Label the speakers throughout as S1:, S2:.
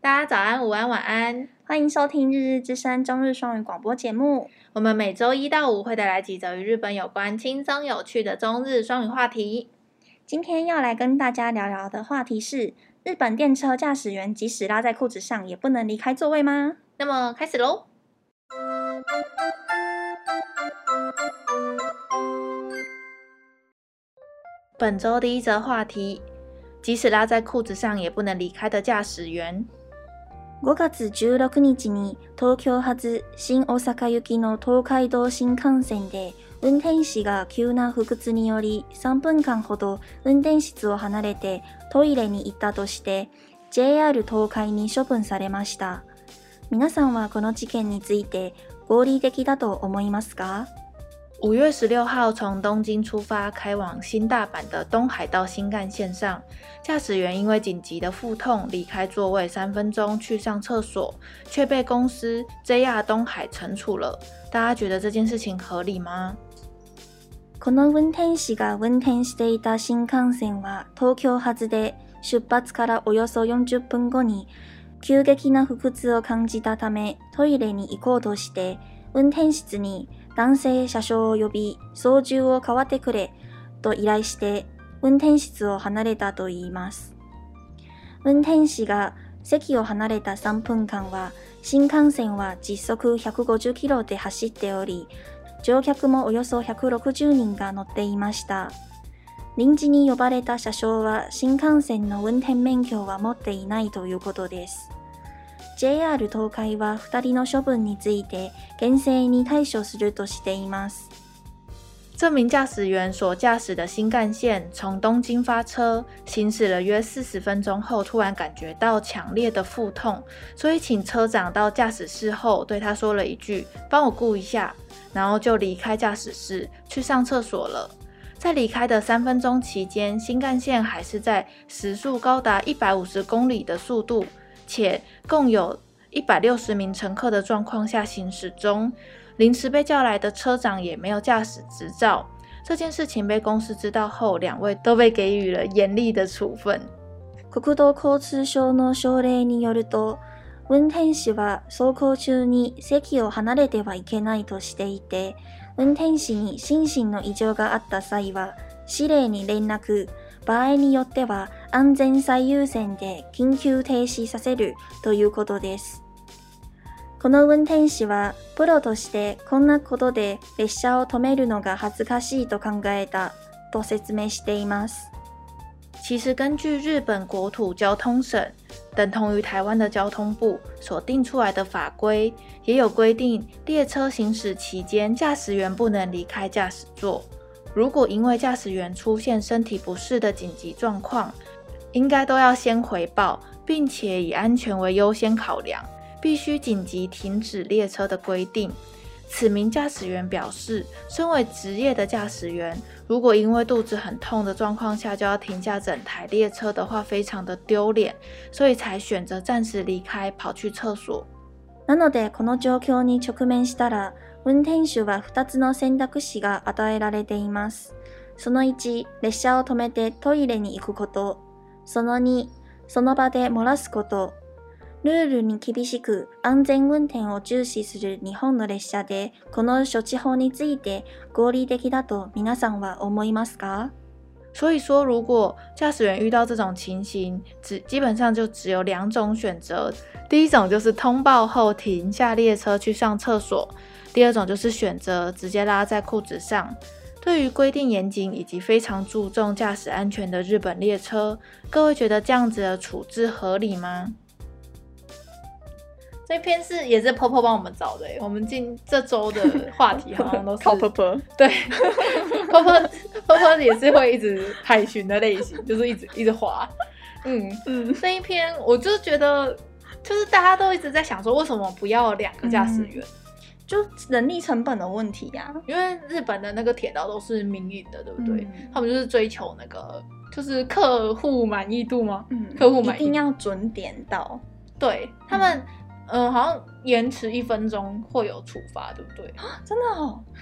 S1: 大家早安、午安、晚安。
S2: 欢迎收听《日日之声》中日双语广播节目。
S1: 我们每周一到五会带来几则与日本有关、轻松有趣的中日双语话题。
S2: 今天要来跟大家聊聊的话题是：日本电车驾驶员即使拉在裤子上，也不能离开座位吗？
S1: 那么开始喽。本周第一则话题：即使拉在裤子上也不能离开的驾驶员。
S2: 5月16日に東京発新大阪行きの東海道新幹線で運転士が急な不屈により3分間ほど運転室を離れてトイレに行ったとして JR 東海に処分されました皆さんはこの事件について合理的だと思いますか
S1: 五月十六号从东京出发，开往新大阪的东海道新干线上，驾驶员因为紧急的腹痛离开座位三分钟去上厕所，却被公司 JR 东海惩处了。大家觉得这件事情合理吗？
S2: この運転士が運転していた新幹線は東京発で出発からおよそ40分後に急激な腹痛を感じたためトイレに行こうとして運転室に男性車掌を呼び操縦を代わってくれと依頼して運転室を離れたといいます運転士が席を離れた3分間は新幹線は実速150キロで走っており乗客もおよそ160人が乗っていました臨時に呼ばれた車掌は新幹線の運転免許は持っていないということです JR 東海は2人の処分について厳正に対処するとしています
S1: 这名驾驶员所驾驶的新干线从东京发车，行驶了约四十分钟后，突然感觉到强烈的腹痛，所以请车长到驾驶室后对他说了一句“帮我顾一下”，然后就离开驾驶室去上厕所了。在离开的三分钟期间，新干线还是在时速高达一百五十公里的速度，且共有一百六十名乘客的状况下行驶中。临时被叫来的车长也没有驾驶执照。这件事情被公司知道后，两位都被给予了严厉的处分。
S2: 国土交通省の省令によると運転士は走行中に席を離れてはいけないとしていて運転士に心身の異常があった際は指令に連絡場合によっては安全最優先で緊急停止させるということですこの運転士はプロとしてこんなことで列車を止めるのが恥ずかしいと考えたと説明しています
S1: 其实，根据日本国土交通省等同于台湾的交通部所定出来的法规，也有规定，列车行驶期间，驾驶员不能离开驾驶座。如果因为驾驶员出现身体不适的紧急状况，应该都要先回报，并且以安全为优先考量，必须紧急停止列车的规定。此名驾驶员表示，身为职业的驾驶员，如果因为肚子很痛的状况下就要停下整台列车的话，非常的丢脸，所以才选择暂时离开，跑去厕所。
S2: なのでこの状況に直面したら運転手は2つの選択肢が与えられていますその1列車を止めてトイレに行くことその2その場で漏らすことルールに厳しく安全運転を重視する日本の列車でこの処置法について合理的だと皆さんは思いますか
S1: 所以说，如果驾驶员遇到这种情形，只基本上就只有两种选择：第一种就是通报后停下列车去上厕所；第二种就是选择直接拉在裤子上。对于规定严谨以及非常注重驾驶安全的日本列车，各位觉得这样子的处置合理吗？这篇是也是 Popo 帮我们找的耶，我们进这周的话题 好像都是
S2: 靠婆婆
S1: 对，Popo Popo 也是会一直海巡的类型， 就是一直一直滑。嗯，
S2: 嗯
S1: 这一篇我就觉得，就是大家都一直在想说，为什么不要两个驾驶员？
S2: 就人力成本的问题呀、
S1: 因为日本的那个铁道都是民营的，对不对？
S2: 嗯
S1: 他们就是追求那个就是客户满意度吗？
S2: 嗯
S1: 客户满意
S2: 一定要准点到，
S1: 对他们，嗯、好像延迟一分钟会有处罚，对不对？
S2: 真的哦，嗯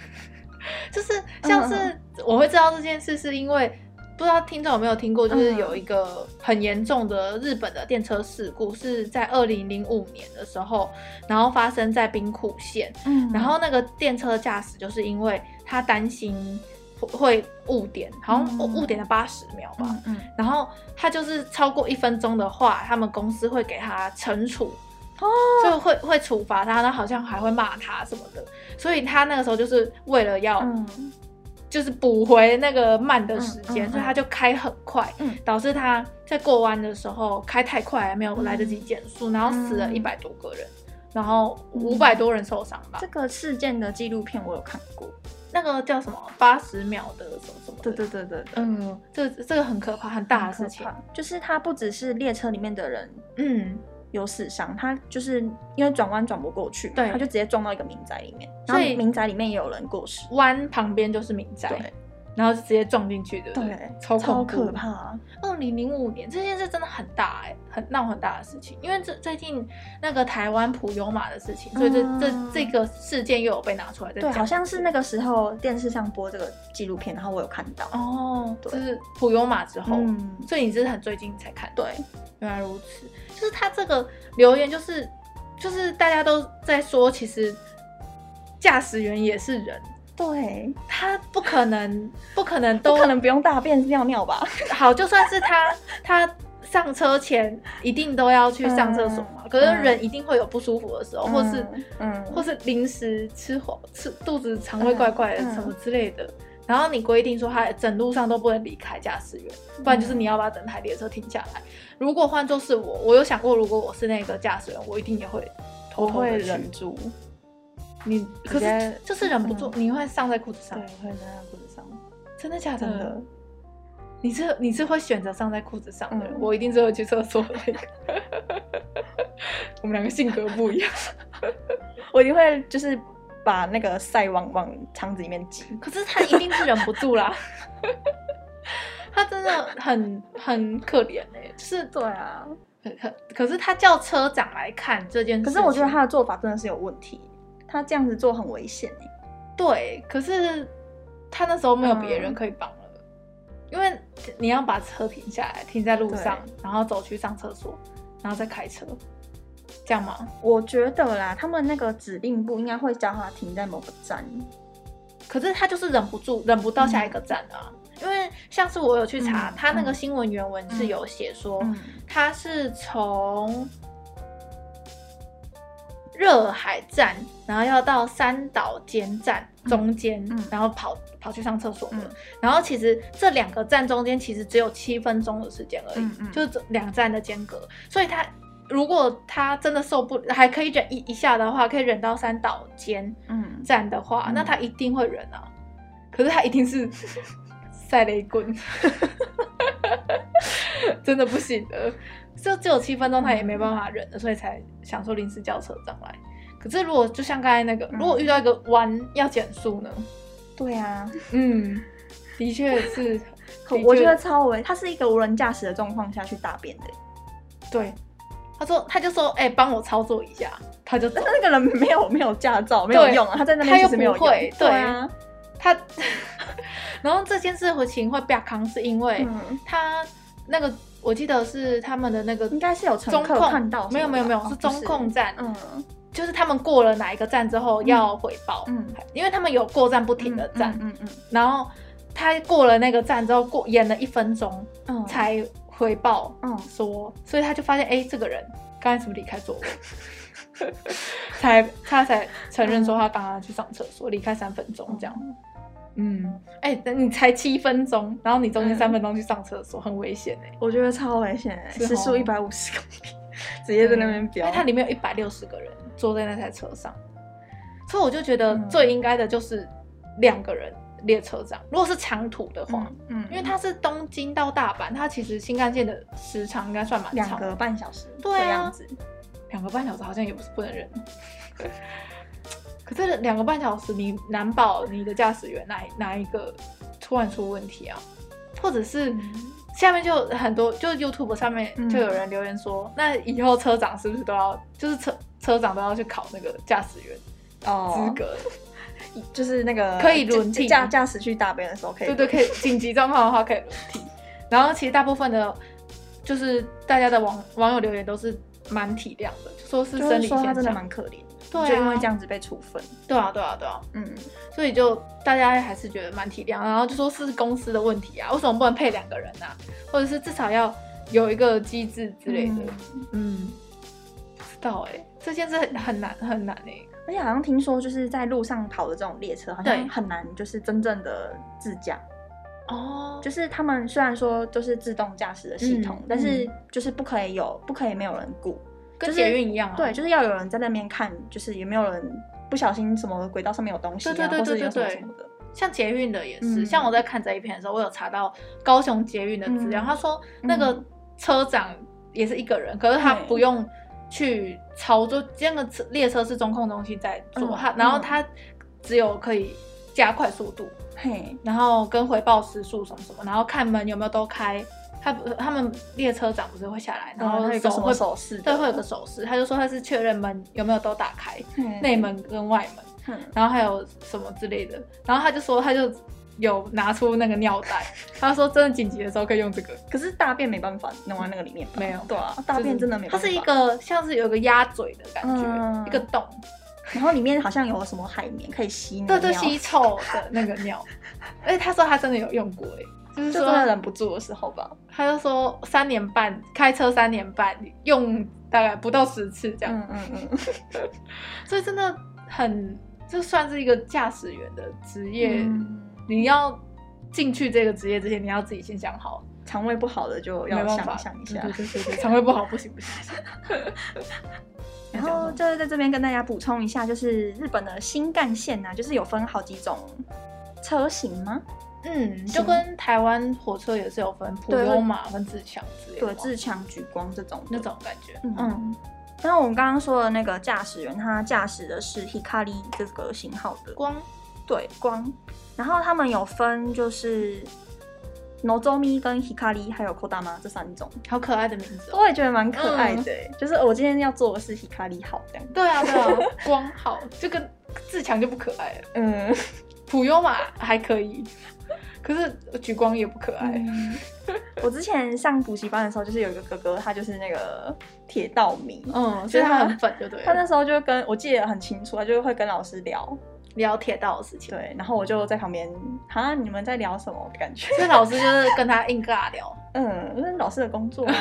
S1: 就是像是我会知道这件事，是因为不知道听众有没有听过，就是
S2: 嗯
S1: 有一个很严重的日本的电车事故，是在二零零五年的时候，然后发生在兵库县，
S2: 嗯
S1: 然后那个电车驾驶就是因为他担心会会误点，好像
S2: 嗯
S1: 误误点了八十秒吧，
S2: 嗯嗯，
S1: 然后他就是超过一分钟的话，他们公司会给他惩处，
S2: 哦，
S1: 就会会处罚他，然后好像还会骂他什么的。所以他那个时候就是为了要、
S2: 嗯
S1: 就是补回那个慢的时间，
S2: 嗯嗯嗯
S1: 所以他就开很快，
S2: 嗯
S1: 导致他在过弯的时候开太快，啊没有来得及减速，然后死了
S2: 嗯
S1: 一百多个人。然后五百多人受伤吧，
S2: 这个事件的纪录片我有看过。
S1: 那个叫什么八十秒的什么什么的，
S2: 对对对对对，
S1: 嗯，这这个很可怕，很大的事情
S2: 很，可怕就是它不只是列车里面的人
S1: 嗯，
S2: 有死伤，它就是因为转弯转不过去嘛，
S1: 对
S2: 它就直接撞到一个民宅里面，
S1: 所
S2: 然后
S1: 以
S2: 民宅里面也有人过世，
S1: 湾旁边就是民宅
S2: 对，
S1: 然后就直接撞进去，对不
S2: 对，
S1: 超
S2: 超
S1: 恐怖
S2: 可怕、啊。
S1: 二零零五年这件事真的很大哎、很闹很大的事情，因为这最近那个台湾普悠玛的事情，所以这、
S2: 嗯
S1: 这这个事件又有被拿出来再
S2: 对，
S1: 讲。
S2: 好像是那个时候电视上播这个纪录片，然后我有看到。
S1: 哦，就
S2: 对
S1: 是普悠玛之后，
S2: 嗯，
S1: 所以你是很最近才看。
S2: 对，
S1: 原来如此，就是他这个留言就是就是大家都在说，其实驾驶员也是人，
S2: 对，
S1: 他不可能不可能
S2: 都
S1: 都
S2: 可能不用大便尿尿吧？
S1: 好，就算是他他上车前一定都要去上厕所嘛，可是人一定会有不舒服的时候，或是
S2: 嗯，
S1: 或是临时吃火吃肚子肠胃怪怪的
S2: 嗯嗯
S1: 什么之类的。然后你规定说他整路上都不能离开驾驶员，
S2: 嗯
S1: 不然就是你要把整台列车停下来。如果换作是我，我有想过，如果我是那个驾驶员，我一定也会偷
S2: 我
S1: 偷
S2: 会
S1: 的去。
S2: 忍住，
S1: 你可
S2: 直接
S1: 是就是忍不住，你会上在裤子上
S2: 嗯对，，会在他裤子上，
S1: 真的假的？
S2: 真的。
S1: 你是你是会选择上在裤子上的人，
S2: 嗯
S1: 我一定是会去厕所的一个。我们两个性格不一样，
S2: 我一定会就是把那个塞往往肠子里面挤。
S1: 可是他一定是忍不住 啦。他真的很很可怜哎、就是
S2: 对啊，
S1: 可可可是他叫车长来看这件事情，
S2: 可是我觉得他的做法真的是有问题，他这样子做很危险欸
S1: 对，可是他那时候没有别人
S2: 嗯
S1: 可以帮了，因为你要把车停下来，停在路上，然后走去上厕所，然后再开车，这样吗？
S2: 我觉得啦，他们那个指令部应该会叫他停在某个站。
S1: 可是他就是忍不住，忍不到下一个站啊。因为像是我有去查，
S2: 嗯
S1: 他那个新闻原文是有写说，
S2: 嗯
S1: 他是从热海站，然后要到三岛间站中间，
S2: 嗯
S1: 然后跑跑去上厕所的。
S2: 嗯
S1: 然后其实这两个站中间其实只有七分钟的时间而已，
S2: 嗯嗯
S1: 就是两站的间隔，所以他。如果他真的受不，还可以忍一一下的话，可以忍到三岛间，
S2: 嗯，
S1: 站的话，
S2: 嗯
S1: 那他一定会忍啊。可是他一定 是塞雷棍， 真的不行的。就只有七分钟，他也没办法忍
S2: 嗯
S1: 了，所以才想说临时叫车长来。可是如果就像刚才那个，
S2: 嗯
S1: 如果遇到一个弯要减速呢？
S2: 对啊，
S1: 嗯，的确是
S2: 可，我觉得超危，他是一个无人驾驶的状况下去大便的欸。
S1: 对。他说，他就说，哎、帮我操作一下，他就走
S2: 但是那个人没有没有驾照，没有用啊，他在那边
S1: 他又
S2: 其实没有
S1: 不
S2: 用
S1: 会，对
S2: 啊，
S1: 他。 然后这件事情会被康，是因为、
S2: 嗯，
S1: 他那个我记得是他们的那个
S2: 应该是有嗯乘
S1: 中
S2: 客
S1: 控
S2: 看到什么的吧，
S1: 没有没有没有
S2: 哦
S1: 是中控，站，
S2: 不嗯
S1: 就是他们过了哪一个站之后
S2: 嗯
S1: 要回报，
S2: 嗯，
S1: 因为他们有过站不停的站，
S2: 嗯嗯嗯
S1: 然后他过了那个站之后过演了一分钟
S2: 嗯，嗯
S1: 才回报
S2: 嗯
S1: 说，所以他就发现哎、这个人刚才怎么离开座位？ 才他才承认说他刚刚去上厕
S2: 嗯
S1: 所，离开三分钟这样。嗯，哎、你才七分钟，然后你中间
S2: 嗯
S1: 三分钟去上厕所，很危险哎、
S2: 我觉得超危险欸，
S1: 是哦
S2: 时速一百五十公里， 直接在那边飙，
S1: 因为哎它里面有一百六十个人坐在那台车上，所以我就觉得
S2: 嗯
S1: 最应该的就是两个人列车长，如果是长途的话，
S2: 嗯嗯，
S1: 因为它是东京到大阪，它其实新干线的时长应该算蛮
S2: 两
S1: 长的，
S2: 个半小时
S1: 对啊
S2: 的样子，
S1: 两个半小时好像也不是不能忍。 可是两个半小时，你难保你的驾驶员哪一哪一个突然出问题啊？或者是
S2: 嗯
S1: 下面就有很多，就 YouTube 上面
S2: 嗯
S1: 就有人留言说，那以后车长是不是都要，就是车车长都要去考那个驾驶员
S2: 哦
S1: 资格？
S2: 就是那个
S1: 可以轮替
S2: 驾驾驶去大便的时候可以
S1: 对
S2: 轮
S1: 对，可以紧急状况的话可以轮替。然后其实大部分的，就是大家的网网友留言都是蛮体谅的，就说是
S2: 就
S1: 生
S2: 是
S1: 理
S2: 说他
S1: 现
S2: 真的
S1: 象。
S2: 蛮可怜的，
S1: 对啊
S2: 就因为这样子被处分。
S1: 对啊，对啊，对啊，
S2: 嗯，
S1: 所以就大家还是觉得蛮体谅，然后就说是公司的问题啊，为什么不能配两个人啊？或者是至少要有一个机制之类的。嗯，不知道哎、这件事很很难很难哎、
S2: 而且好像听说就是在路上跑的这种列车，好
S1: 对
S2: 像很难就是真正的自驾。
S1: 哦就
S2: 就是他们虽然说就是自动驾驶的系统，
S1: 嗯
S2: 但是就是不可以有不可以没有人顾。
S1: 跟
S2: 就是
S1: 捷运一样啊。
S2: 对，就是要有人在那边看，就是也没有人不小心什么轨道上面有东西啊，
S1: 对对对对
S2: 或是有
S1: 对
S2: 什么什么的。
S1: 像捷运的也是，
S2: 嗯
S1: 像我在看这一篇的时候，我有查到高雄捷运的资料，
S2: 嗯
S1: 他说那个车长也是一个人，可是他
S2: 对
S1: 不用去操作，这个车列车是中控中心在做，
S2: 嗯
S1: 他然后
S2: 嗯
S1: 他只有可以加快速度，
S2: 嘿，
S1: 然后跟回报时速什么什么，然后看门有没有都开。他不他们列车长不是会下来，然后
S2: 还哦有一
S1: 手
S2: 个什
S1: 会
S2: 么手势的？
S1: 对，会有个手势，他就说他是确认门有没有都打开，
S2: 嘿
S1: 内门跟外门，
S2: 嗯
S1: 然后还有什么之类的，然后他就说他就有拿出那个尿袋，他说真的紧急的时候可以用这个，
S2: 可是大便没办法弄到那个里面吧，
S1: 没有
S2: 对啊，大便真的没
S1: 它
S2: 办法。
S1: 是一，个像是有个鸭嘴的感觉，
S2: 嗯
S1: 一个洞，
S2: 然后里面好像有什么海绵可以吸那
S1: 对
S2: 个
S1: 对，
S2: 尿
S1: 吸臭的那个尿， 而且他说他真的有用过哎、就是
S2: 就
S1: 说
S2: 真的忍不住的时候吧。
S1: 他就说三年半开车三年半用大概不到十次这样，
S2: 嗯嗯嗯，
S1: 所以真的很就算是一个驾驶员的职业。
S2: 嗯
S1: 你要进去这个职业之前，你要自己先想好，
S2: 肠胃不好的就
S1: 没
S2: 要
S1: 办法嗯
S2: 想想一下
S1: 对。对对对对肠胃不好不行 不行。
S2: 然后就是在这边跟大家补充一下，就是日本的新干线呐、就是有分好几种车型吗？
S1: 嗯，就跟台湾火车也是有分普悠玛跟自强之类的
S2: 对
S1: 嘛，，
S2: 自强、举光这种的
S1: 那种感觉。嗯，
S2: 嗯。然后我们刚刚说的那个驾驶员，他驾驶的是 Hikari 这个型号的
S1: 光
S2: 对光。然后他们有分就是 Nozomi 跟 Hikari 还有 Kodama 这三种，
S1: 好可爱的名字哦。
S2: 我也觉得蛮可爱的欸、就是我今天要做的是 Hikari 好这样。
S1: 对啊对啊， 光好就跟自强就不可爱了，
S2: 嗯，
S1: 普悠玛还可以，可是举光也不可爱。
S2: 嗯 我之前上补习班的时候，就是有一个哥哥，他就是那个铁道迷。
S1: 嗯，所以他很粉就对
S2: 他那
S1: 了。
S2: 时候就跟我记得很清楚，他就会跟老师聊，
S1: 聊铁道的事情，
S2: 对，然后我就在旁边，哈，你们在聊什么？感觉，
S1: 所以老师就是跟他硬尬聊。
S2: 嗯，那是老师的工作 啊。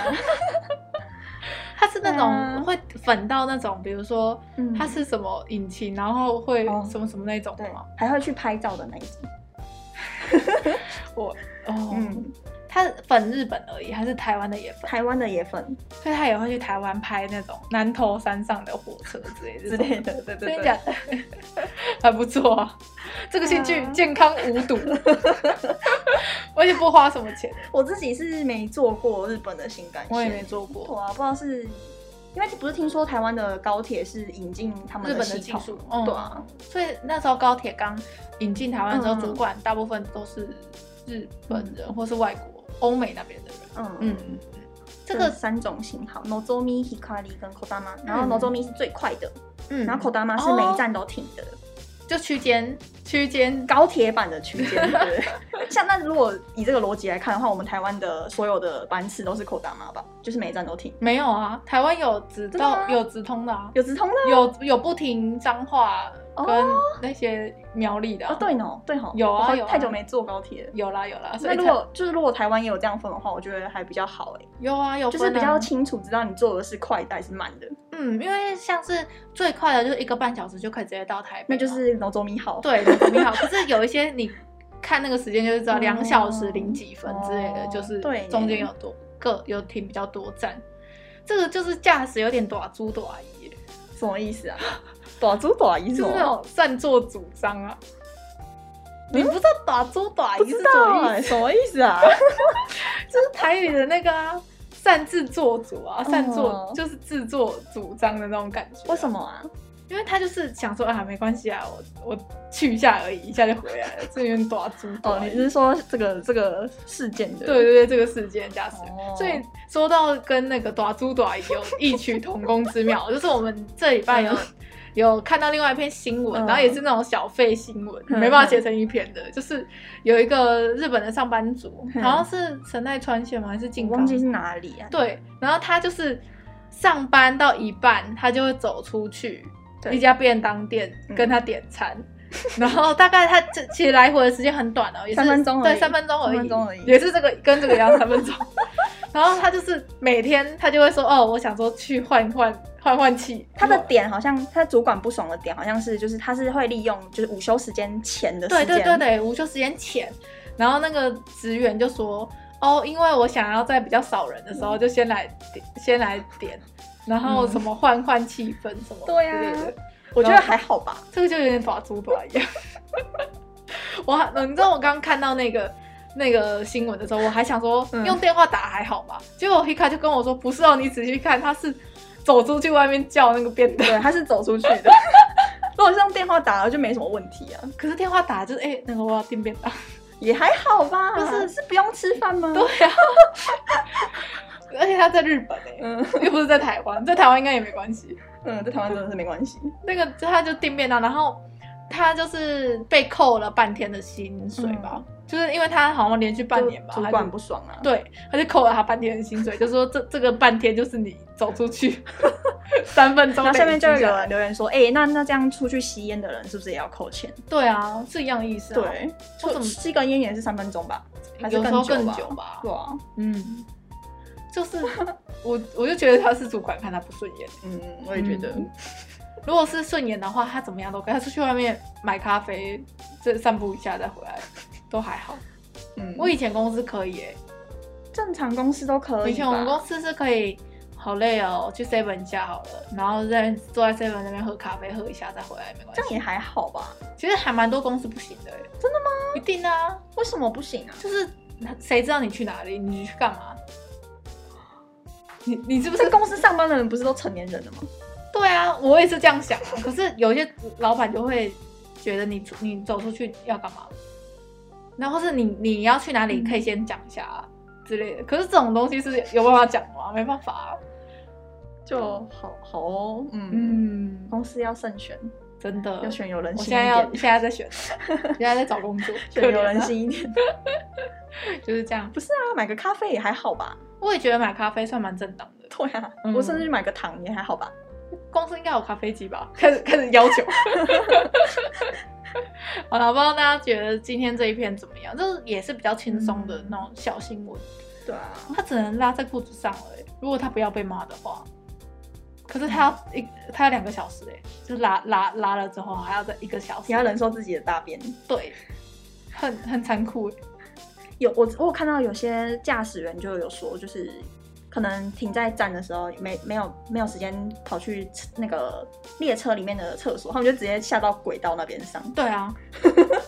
S1: 他是那
S2: 对啊
S1: 种会粉到那种，比如说
S2: 嗯
S1: 他是什么引擎，然后会
S2: 哦
S1: 什么什么那种
S2: 对
S1: 的吗？，
S2: 还会去拍照的那一种。
S1: 我哦，
S2: 嗯，
S1: 他粉日本而已，还是台湾的也粉，
S2: 台湾的也粉
S1: 所以他也会去台湾拍那种南投山上的火车之类的
S2: 之类。 的，对
S1: 真
S2: 对
S1: 的假
S2: 对。
S1: 的？ 还不错啊，这个兴趣、
S2: 对啊
S1: 健康无毒， 而且不花什么钱，
S2: 我自己是没坐过日本的新干线，
S1: 我也没做
S2: 对
S1: 过。
S2: 啊，不知道是因为不是听说台湾的高铁是引进他们
S1: 日本的
S2: 系统
S1: 技术嗯
S2: 对啊，
S1: 所以那时候高铁刚引进台湾的时候，
S2: 嗯
S1: 主管大部分都是日本人或是外国、欧美那边的人。
S2: 嗯嗯。
S1: 嗯，这
S2: 这
S1: 个
S2: 个三种型号，Nozomi、Hikari 跟 Kodama，然后
S1: 嗯
S2: Nozomi 是最快的，
S1: 嗯
S2: 然后 Kodama 是每一站都停的，
S1: 就区间区间
S2: 高铁版的区间。对， 像那如果以这个逻辑来看的话，我们台湾的所有的班次都是 Kodama 吧，就是每一站都停，
S1: 没有啊，台湾有直
S2: 真的
S1: 到
S2: 吗
S1: 有直通的啊，
S2: 有直通的
S1: 有有不停彰化
S2: 哦
S1: 跟那些苗栗的啊、
S2: 哦。对呢，对哈，
S1: 有啊
S2: 我好
S1: 有啊
S2: 太久没坐高铁了。
S1: 有啦有啦，所
S2: 那
S1: 以
S2: 如
S1: 才
S2: 果就是如果台湾也有这样分的话，我觉得还比较好哎、
S1: 有啊有
S2: 就是
S1: 分啊
S2: 比较清楚知道你坐的是快的还是慢的，
S1: 嗯，因为像是最快的就是一个半小时就可以直接到台北
S2: 那
S1: 嘛，
S2: 就是 Nozomi 号。
S1: 啊对你好， 可是有一些你看那个时间就知道
S2: 哦
S1: 两小时零几分之类的，
S2: 哦
S1: 就是
S2: 对耶
S1: 中间有多个有停比较多站，这个就是驾驶有点短猪短移耶，
S2: 什么意思啊？ 短租短一
S1: 就是那种擅作主张啊。
S2: 哦嗯
S1: 你不知道“打猪打
S2: 不
S1: 移”是
S2: 知
S1: 什
S2: 道
S1: 么意
S2: 哎、
S1: 思？
S2: 什么意思啊？
S1: 就是台语的那个啊，擅自做主啊，
S2: 哦
S1: 擅作就是自作主张的那种感觉、
S2: 为什
S1: 么？
S2: 么啊？
S1: 因为他就是想说啊，没关系啊，我我去一下而已，一下就回 来了，这有点打猪
S2: 哦，
S1: 短
S2: 你
S1: 移。
S2: 是说这个这个事件的？
S1: 啊对，对对，这个事件驾驶员。
S2: 哦
S1: 所以 说到跟那个短猪短移有异曲同工之妙，就是我们这礼拜有有看到另外一篇新闻，
S2: 嗯
S1: 然后也是那种小费新闻，
S2: 嗯
S1: 没办法写成一篇的，就是有一个日本的上班族，
S2: 嗯
S1: 好像是神奈川县吗？还是静
S2: 我
S1: 冈？
S2: 忘记是哪里啊？
S1: 对，然后他就是上班到一半，他就会走出去
S2: 对
S1: 一家便当店
S2: 嗯
S1: 跟他点餐，然后大概他这其实来回的时间很短哦，也是
S2: 三分钟而已
S1: 对，三分钟而已，
S2: 三分钟而已
S1: 也是这个跟这个一样三分钟。 然后他就是每天他就会说哦，我想说去换一换换换气，
S2: 他的点好像他主管不爽的点好像是就是他是会利用就是午休时间前的时
S1: 对对
S2: 间，
S1: 对对，午休时间前，然后那个职员就说：“哦，因为我想要在比较少人的时
S2: 嗯
S1: 候就先来点，先来点，然后什么换换气氛什么
S2: 对
S1: 之
S2: 啊
S1: 类的。
S2: 我觉得还好吧。
S1: 这个就有点法猪法一样。我还，你知道我刚刚看到那个。那个新闻的时候，我还想说
S2: 嗯
S1: 用电话打还好吧，结果 Hika 就跟我说不是哦，你仔细看，他是走出去外面叫那个便当，
S2: 对，他是走出去的。如果是用电话打了，就没什么问题啊，
S1: 可是电话打就是哎、那个我要订便当，
S2: 也还好吧。
S1: 不是
S2: 是不用吃饭吗？
S1: 对啊，而且他在日本哎、
S2: 嗯
S1: 又不是在台湾，在台湾应该也没关系。
S2: 嗯，在台湾真的是没关系。
S1: 那个他就订便当，然后他就是被扣了半天的薪水吧，就是因为他好像连续半年吧，
S2: 嗯主
S1: 他就
S2: 管不爽啊。
S1: 对，他就扣了他半天的薪水，就说这这个半天就是你走出 去三分钟
S2: 然
S1: 累
S2: 后
S1: 积
S2: 下
S1: 下来，
S2: 面就有人留言说，哎、那那这样出去吸烟的人是不是也要扣钱？
S1: 对啊，是一样的意思、啊。，
S2: 对，
S1: 我怎么
S2: 吸根烟也是三分钟吧？还是
S1: 有时候更
S2: 久
S1: 久
S2: 吧？
S1: 吧
S2: 对。啊，
S1: 嗯，就是我我就觉得他是主管看他不顺眼。
S2: 嗯，我也觉得。
S1: 嗯如果是顺眼的话，他怎么样都可以。他出去外面买咖啡，这散步一下再回来，都还好。
S2: 嗯，
S1: 我以前公司可以耶、
S2: 正常公司都可以吧。
S1: 以前我们公司是可以，好累哦，去 seven 一下好了，然后在坐在 seven 那边喝咖啡，喝一下再回来没关
S2: 这样也
S1: 系。
S2: 还好吧？
S1: 其实还蛮多公司不行的、耶。真的吗？一定啊，
S2: 为什么不行啊？
S1: 就是谁知道你去哪里，你去干嘛？你你是不
S2: 在
S1: 是？
S2: 公司上班的人不是都成年人了吗？
S1: 对啊，我也是这样想啊。可是有些老板就会觉得你出你走出去要干嘛，然后是你你要去哪里可以先讲一下、啊之类的。可是这种东西是有办法讲的吗？没办法、啊。
S2: 就好好哦，嗯，
S1: 嗯，
S2: 公司要慎选，
S1: 真的
S2: 要。选有人
S1: 我
S2: 性一
S1: 现在要
S2: 点，
S1: 现在在 选，现在在找工作，
S2: 选
S1: 可
S2: 有
S1: 怜
S2: 人
S1: 啊
S2: 性一点。
S1: 就是这样。
S2: 不是啊，买个咖啡也还好吧？
S1: 我也觉得买咖啡算蛮正当的，
S2: 对啊，
S1: 嗯
S2: 我甚至去买个糖也还好吧？
S1: 公司应该有咖啡机吧？ 开始开始要求。好了，不知道大家觉得今天这一篇怎么样？就是也是比较轻松的
S2: 嗯
S1: 那种小新闻，
S2: 对啊，
S1: 他只能拉在裤子上了欸、如果他不要被骂的话，可是他要一他要两个小时哎、就是拉拉拉了之后还要再一个小时，
S2: 也要忍受自己的大便。
S1: 对，很很残酷、欸。
S2: 有我我有看到有些驾驶员就有说，就是可能停在站的时候没没有没有时间跑去那个列车里面的厕所，他们就直接下到轨道那边上。
S1: 对 啊，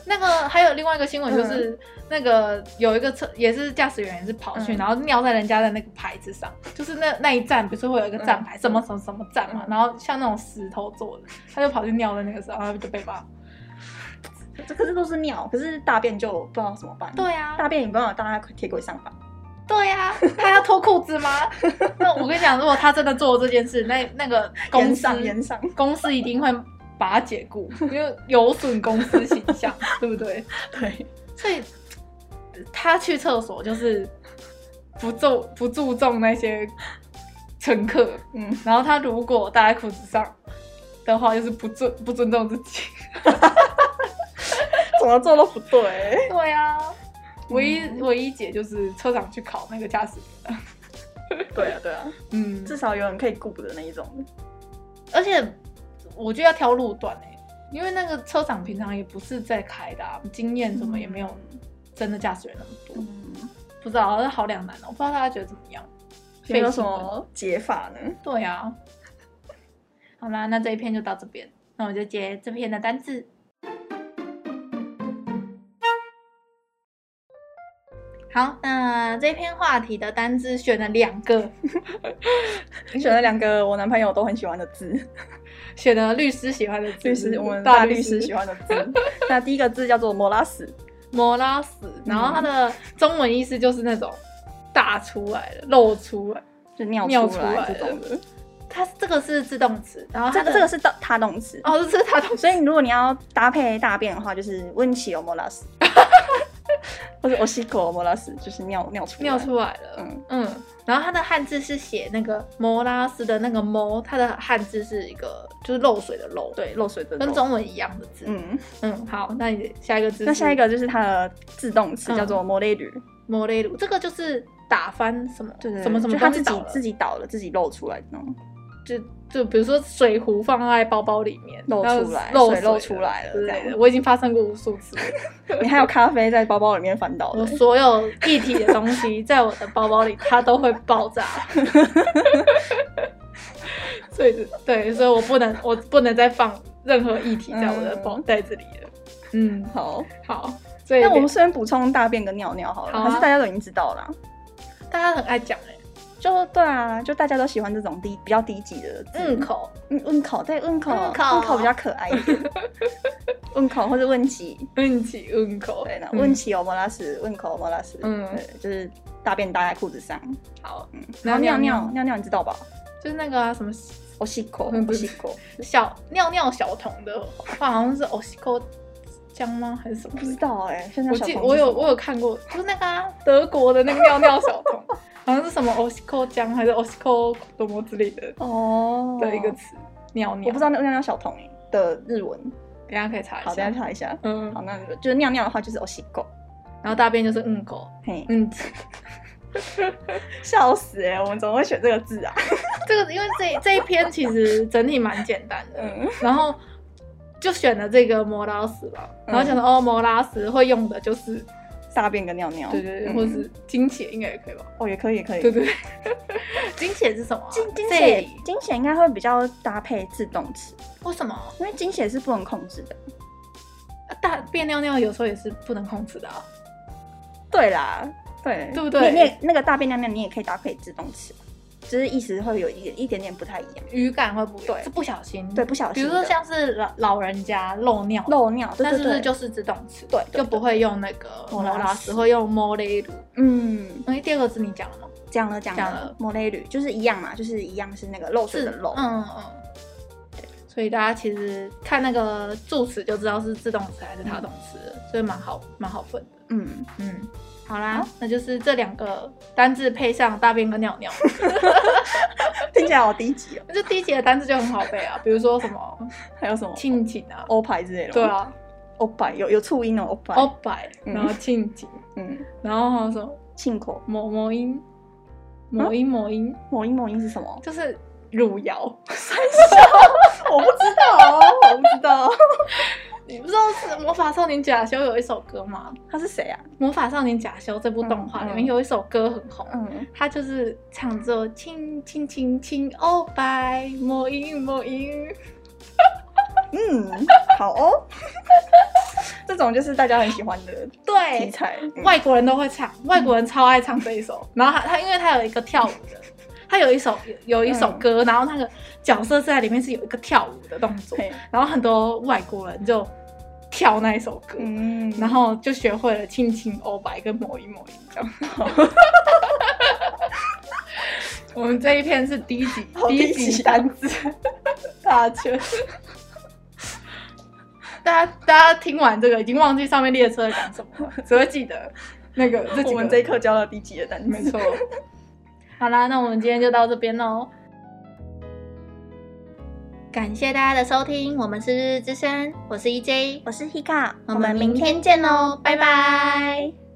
S1: 那个还有另外一个新闻
S2: 嗯
S1: 就是、那个有一个车也是驾驶员也是跑去，
S2: 嗯
S1: 然后尿在人家的那个牌子上，就是那那一站不是会有一个站牌、
S2: 嗯
S1: 什么什么什么站嘛，
S2: 嗯
S1: 然后像那种石头做的，他就跑去尿在那个上，然后就被骂。
S2: 嗯这可是都是尿，可是大便就不知道怎么办。
S1: 对啊呀、
S2: 大便也没办法搭在铁轨上吧？
S1: 对呀、他要脱裤 子吗？那我跟你讲，如果他真的做了这件事，那那个公
S2: 延
S1: 司
S2: 上延上，
S1: 公司一定会把他解雇，因为有损公司形 象，对不 对？
S2: 对，
S1: 所以他去厕所就是不注不注重那些乘客，
S2: 嗯，
S1: 然后他如果搭在裤子上的话，就是不尊不尊重自己。
S2: 怎么做都不 对。嗯
S1: 对啊，唯一、唯一解就是车长去考那个驾驶员的。
S2: 对啊，对啊，
S1: 嗯，
S2: 至少有人可以顾的那一种。
S1: 而且我觉得要挑路段哎、因为那个车长平常也不是在开的、啊，经验什么也没有真的驾驶员那么多，
S2: 嗯，
S1: 不知道这好两难哦、我不知道大家觉得怎么样。
S2: 有没有什
S1: 新闻
S2: 么解法呢？
S1: 对啊。好啦，那这一篇就到这边，那我就接这篇的单字。好，那这篇话题的单字选了两个，
S2: 选了两个我男朋友都很喜欢的字，
S1: 选了律师喜欢的字，
S2: 律师，我们
S1: 大
S2: 嗯大律师喜欢的字。 那第一个字叫做摩拉斯，
S1: 摩拉死，
S2: 嗯
S1: 然后它的中文意思就是那种大出来了、露出来。
S2: 就尿
S1: 尿
S2: 出
S1: 出来
S2: 这种的。啊
S1: 它是这个是自动词，然后它
S2: 这
S1: 的
S2: 个这个是他他动词，
S1: 哦，这是它动词，
S2: 所以如果你要搭配大便的话，就是温起欧莫拉 斯，或者欧西口欧莫拉斯，就是尿尿出来
S1: 尿。出来了。
S2: 嗯，
S1: 嗯，然后它的汉字是写那个摩拉斯的那个摩，它的汉字是一个就是漏水的漏，
S2: 对，漏水的漏
S1: 跟中文一样的字。嗯
S2: 嗯，
S1: 好，那你下一个字，
S2: 那下一个就是它嗯的自动词叫做摩雷吕，
S1: 摩雷鲁，这个就是打翻什么，什么什么
S2: 就他
S1: 东
S2: 自
S1: 西
S2: 己
S1: 倒了，
S2: 自己倒了，自己漏出来那种，
S1: 就就比如说水壶放在包包里面
S2: 漏
S1: 然后
S2: 出来
S1: 漏
S2: 水漏
S1: 了
S2: 出来了
S1: 之
S2: 这样
S1: 类的，我已经发生过无数次了。
S2: 你还有咖啡在包包里面翻倒
S1: 我
S2: 的，
S1: 所有一体的东西在我的包包里，它都会爆炸。所以对，所以我不能，我不能再放任何液体在我的包
S2: 嗯
S1: 袋子里了。嗯，
S2: 好。
S1: 好，所以
S2: 那我们虽然补充大便跟尿尿好了，
S1: 好啊
S2: 可是大家都已经知道了啊、
S1: 大家很爱讲哎、
S2: 就对啊，就大家都喜欢这种低比较低级的字
S1: 嗯，口，
S2: 嗯嗯口对嗯口
S1: 嗯口
S2: 嗯口比较可爱一 点，嗯口或者问起，
S1: 嗯起嗯口，
S2: 对呢，
S1: 嗯
S2: 问哦起欧莫拉斯，问口欧莫拉斯，
S1: 嗯
S2: 对，就是大便搭在裤子上，
S1: 好，
S2: 嗯然后
S1: 尿
S2: 尿尿尿尿你知道吧？
S1: 就是那个啊什么
S2: 我吸口，
S1: 嗯
S2: 我
S1: 不是
S2: 吸口，
S1: 小尿尿小童的话，好像是 o s i k o 江吗还是什么
S2: 不？知道哎，现在
S1: 我
S2: 小
S1: 记
S2: 童
S1: 我
S2: 是
S1: 有
S2: 什么
S1: 我有看过，就是那个、啊、德国的那个尿尿小童，好像是什么 o s i k o 江还是 o s i k o 什么之类的
S2: 哦
S1: 的一个，词，尿尿。
S2: 我不知
S1: 道，
S2: 道那个尿尿小童的日文，
S1: 等一下可以查一下。
S2: 好，大家查一下。
S1: 嗯，
S2: 好，那就是尿尿的话就是我吸口，
S1: 然后大便就是嗯狗，
S2: 嘿，
S1: 嗯，
S2: 笑死哎，我们怎么会选这个字啊？
S1: 这个因为这这一篇其实整体蛮简单的，
S2: 嗯
S1: 然后就选了这个摩拉斯吧，
S2: 嗯
S1: 然后想说、哦摩拉斯会用的就是
S2: 大便跟尿尿，
S1: 对对对，
S2: 嗯
S1: 或是金钱应该也可以吧？
S2: 哦也可以也可以，
S1: 对对对， 金钱是什么啊、
S2: 金金
S1: 这
S2: 血
S1: 里
S2: 金血应该会比较搭配自动词，
S1: 为什么？
S2: 因为金血是不能控制的。
S1: 大便尿尿有时候也是不能控制的啊。
S2: 对啦，对
S1: 对不对
S2: 你你也那个大便量量你也可以搭配自动词，只是意思会有一点一点点不太一样。
S1: 语感会不一样
S2: 对
S1: 是不小心，
S2: 对不小心
S1: 比如说
S2: 的
S1: 像是老老人家漏尿，
S2: 漏尿，对
S1: 那
S2: 对
S1: 是不是
S2: 对，
S1: 就是自动词？
S2: 对对对
S1: 就不会用那个
S2: 摩
S1: 摩
S2: 拉
S1: 拉
S2: 斯
S1: 斯，会用摩雷鲁。
S2: 嗯，
S1: 哎，第二个字你讲了吗？
S2: 讲了讲
S1: 讲
S2: 了
S1: 了，
S2: 摩雷吕就是一样嘛，就是一样是那个漏水的漏。
S1: 嗯嗯嗯。所以大家其实看那个助词就知道是自动词还是他动词了，所以蛮好蛮好分的。
S2: 嗯，
S1: 嗯，好啦，那就是这两个单字配上大便跟尿 尿，
S2: 听起来好低级哦。
S1: 那就第一节的单字就很好背啊，比如说什么
S2: 还有什么
S1: 亲情啊，
S2: 欧牌之类的？
S1: 对，啊，
S2: 欧牌有有促音哦，欧牌。
S1: 欧百，
S2: 嗯
S1: 然后庆景，
S2: 嗯，
S1: 然后还有什么
S2: 庆口
S1: 某某音，某音某音，？
S2: 某音某音是什么
S1: 就是汝窑，
S2: 我不知
S1: 啊
S2: 道哦，我不知道。
S1: 你不知道是《魔法少年假修》有一首歌吗？
S2: 他是谁啊？
S1: 《魔法少年假修》这部动画
S2: 嗯嗯
S1: 里面有一首歌很红。
S2: 嗯，
S1: 他就是唱着“亲亲亲亲欧拜某音某 音
S2: 嗯，好哦， 这种就是大家很喜欢的”，题
S1: 对，
S2: 材。嗯
S1: 哎外国人都会唱，外国人超爱唱这一首。然后他他因为他有一个跳舞的，他有一首有有一首歌，然后那个角色是在里面是有一个跳舞的动作，
S2: 嘿
S1: 然后很多外国人就跳那一首歌，
S2: 嗯，
S1: 然后就学会了亲亲欧白跟某一某一这 样。我们这一篇是低级
S2: 好低级单
S1: 字，
S2: 大圈，
S1: 大家大家听完这个已经忘记上面列车在讲什么 了，只会记得那个这几
S2: 我
S1: 个
S2: 们这一课教了低级的单
S1: 没
S2: 词。
S1: 错。好啦，那我们今天就到这边喽。
S3: 感谢大家的收听，我们是日日之声，我是 E EJ，
S4: 我是 Hika，
S3: 哦我们明天见喽，拜拜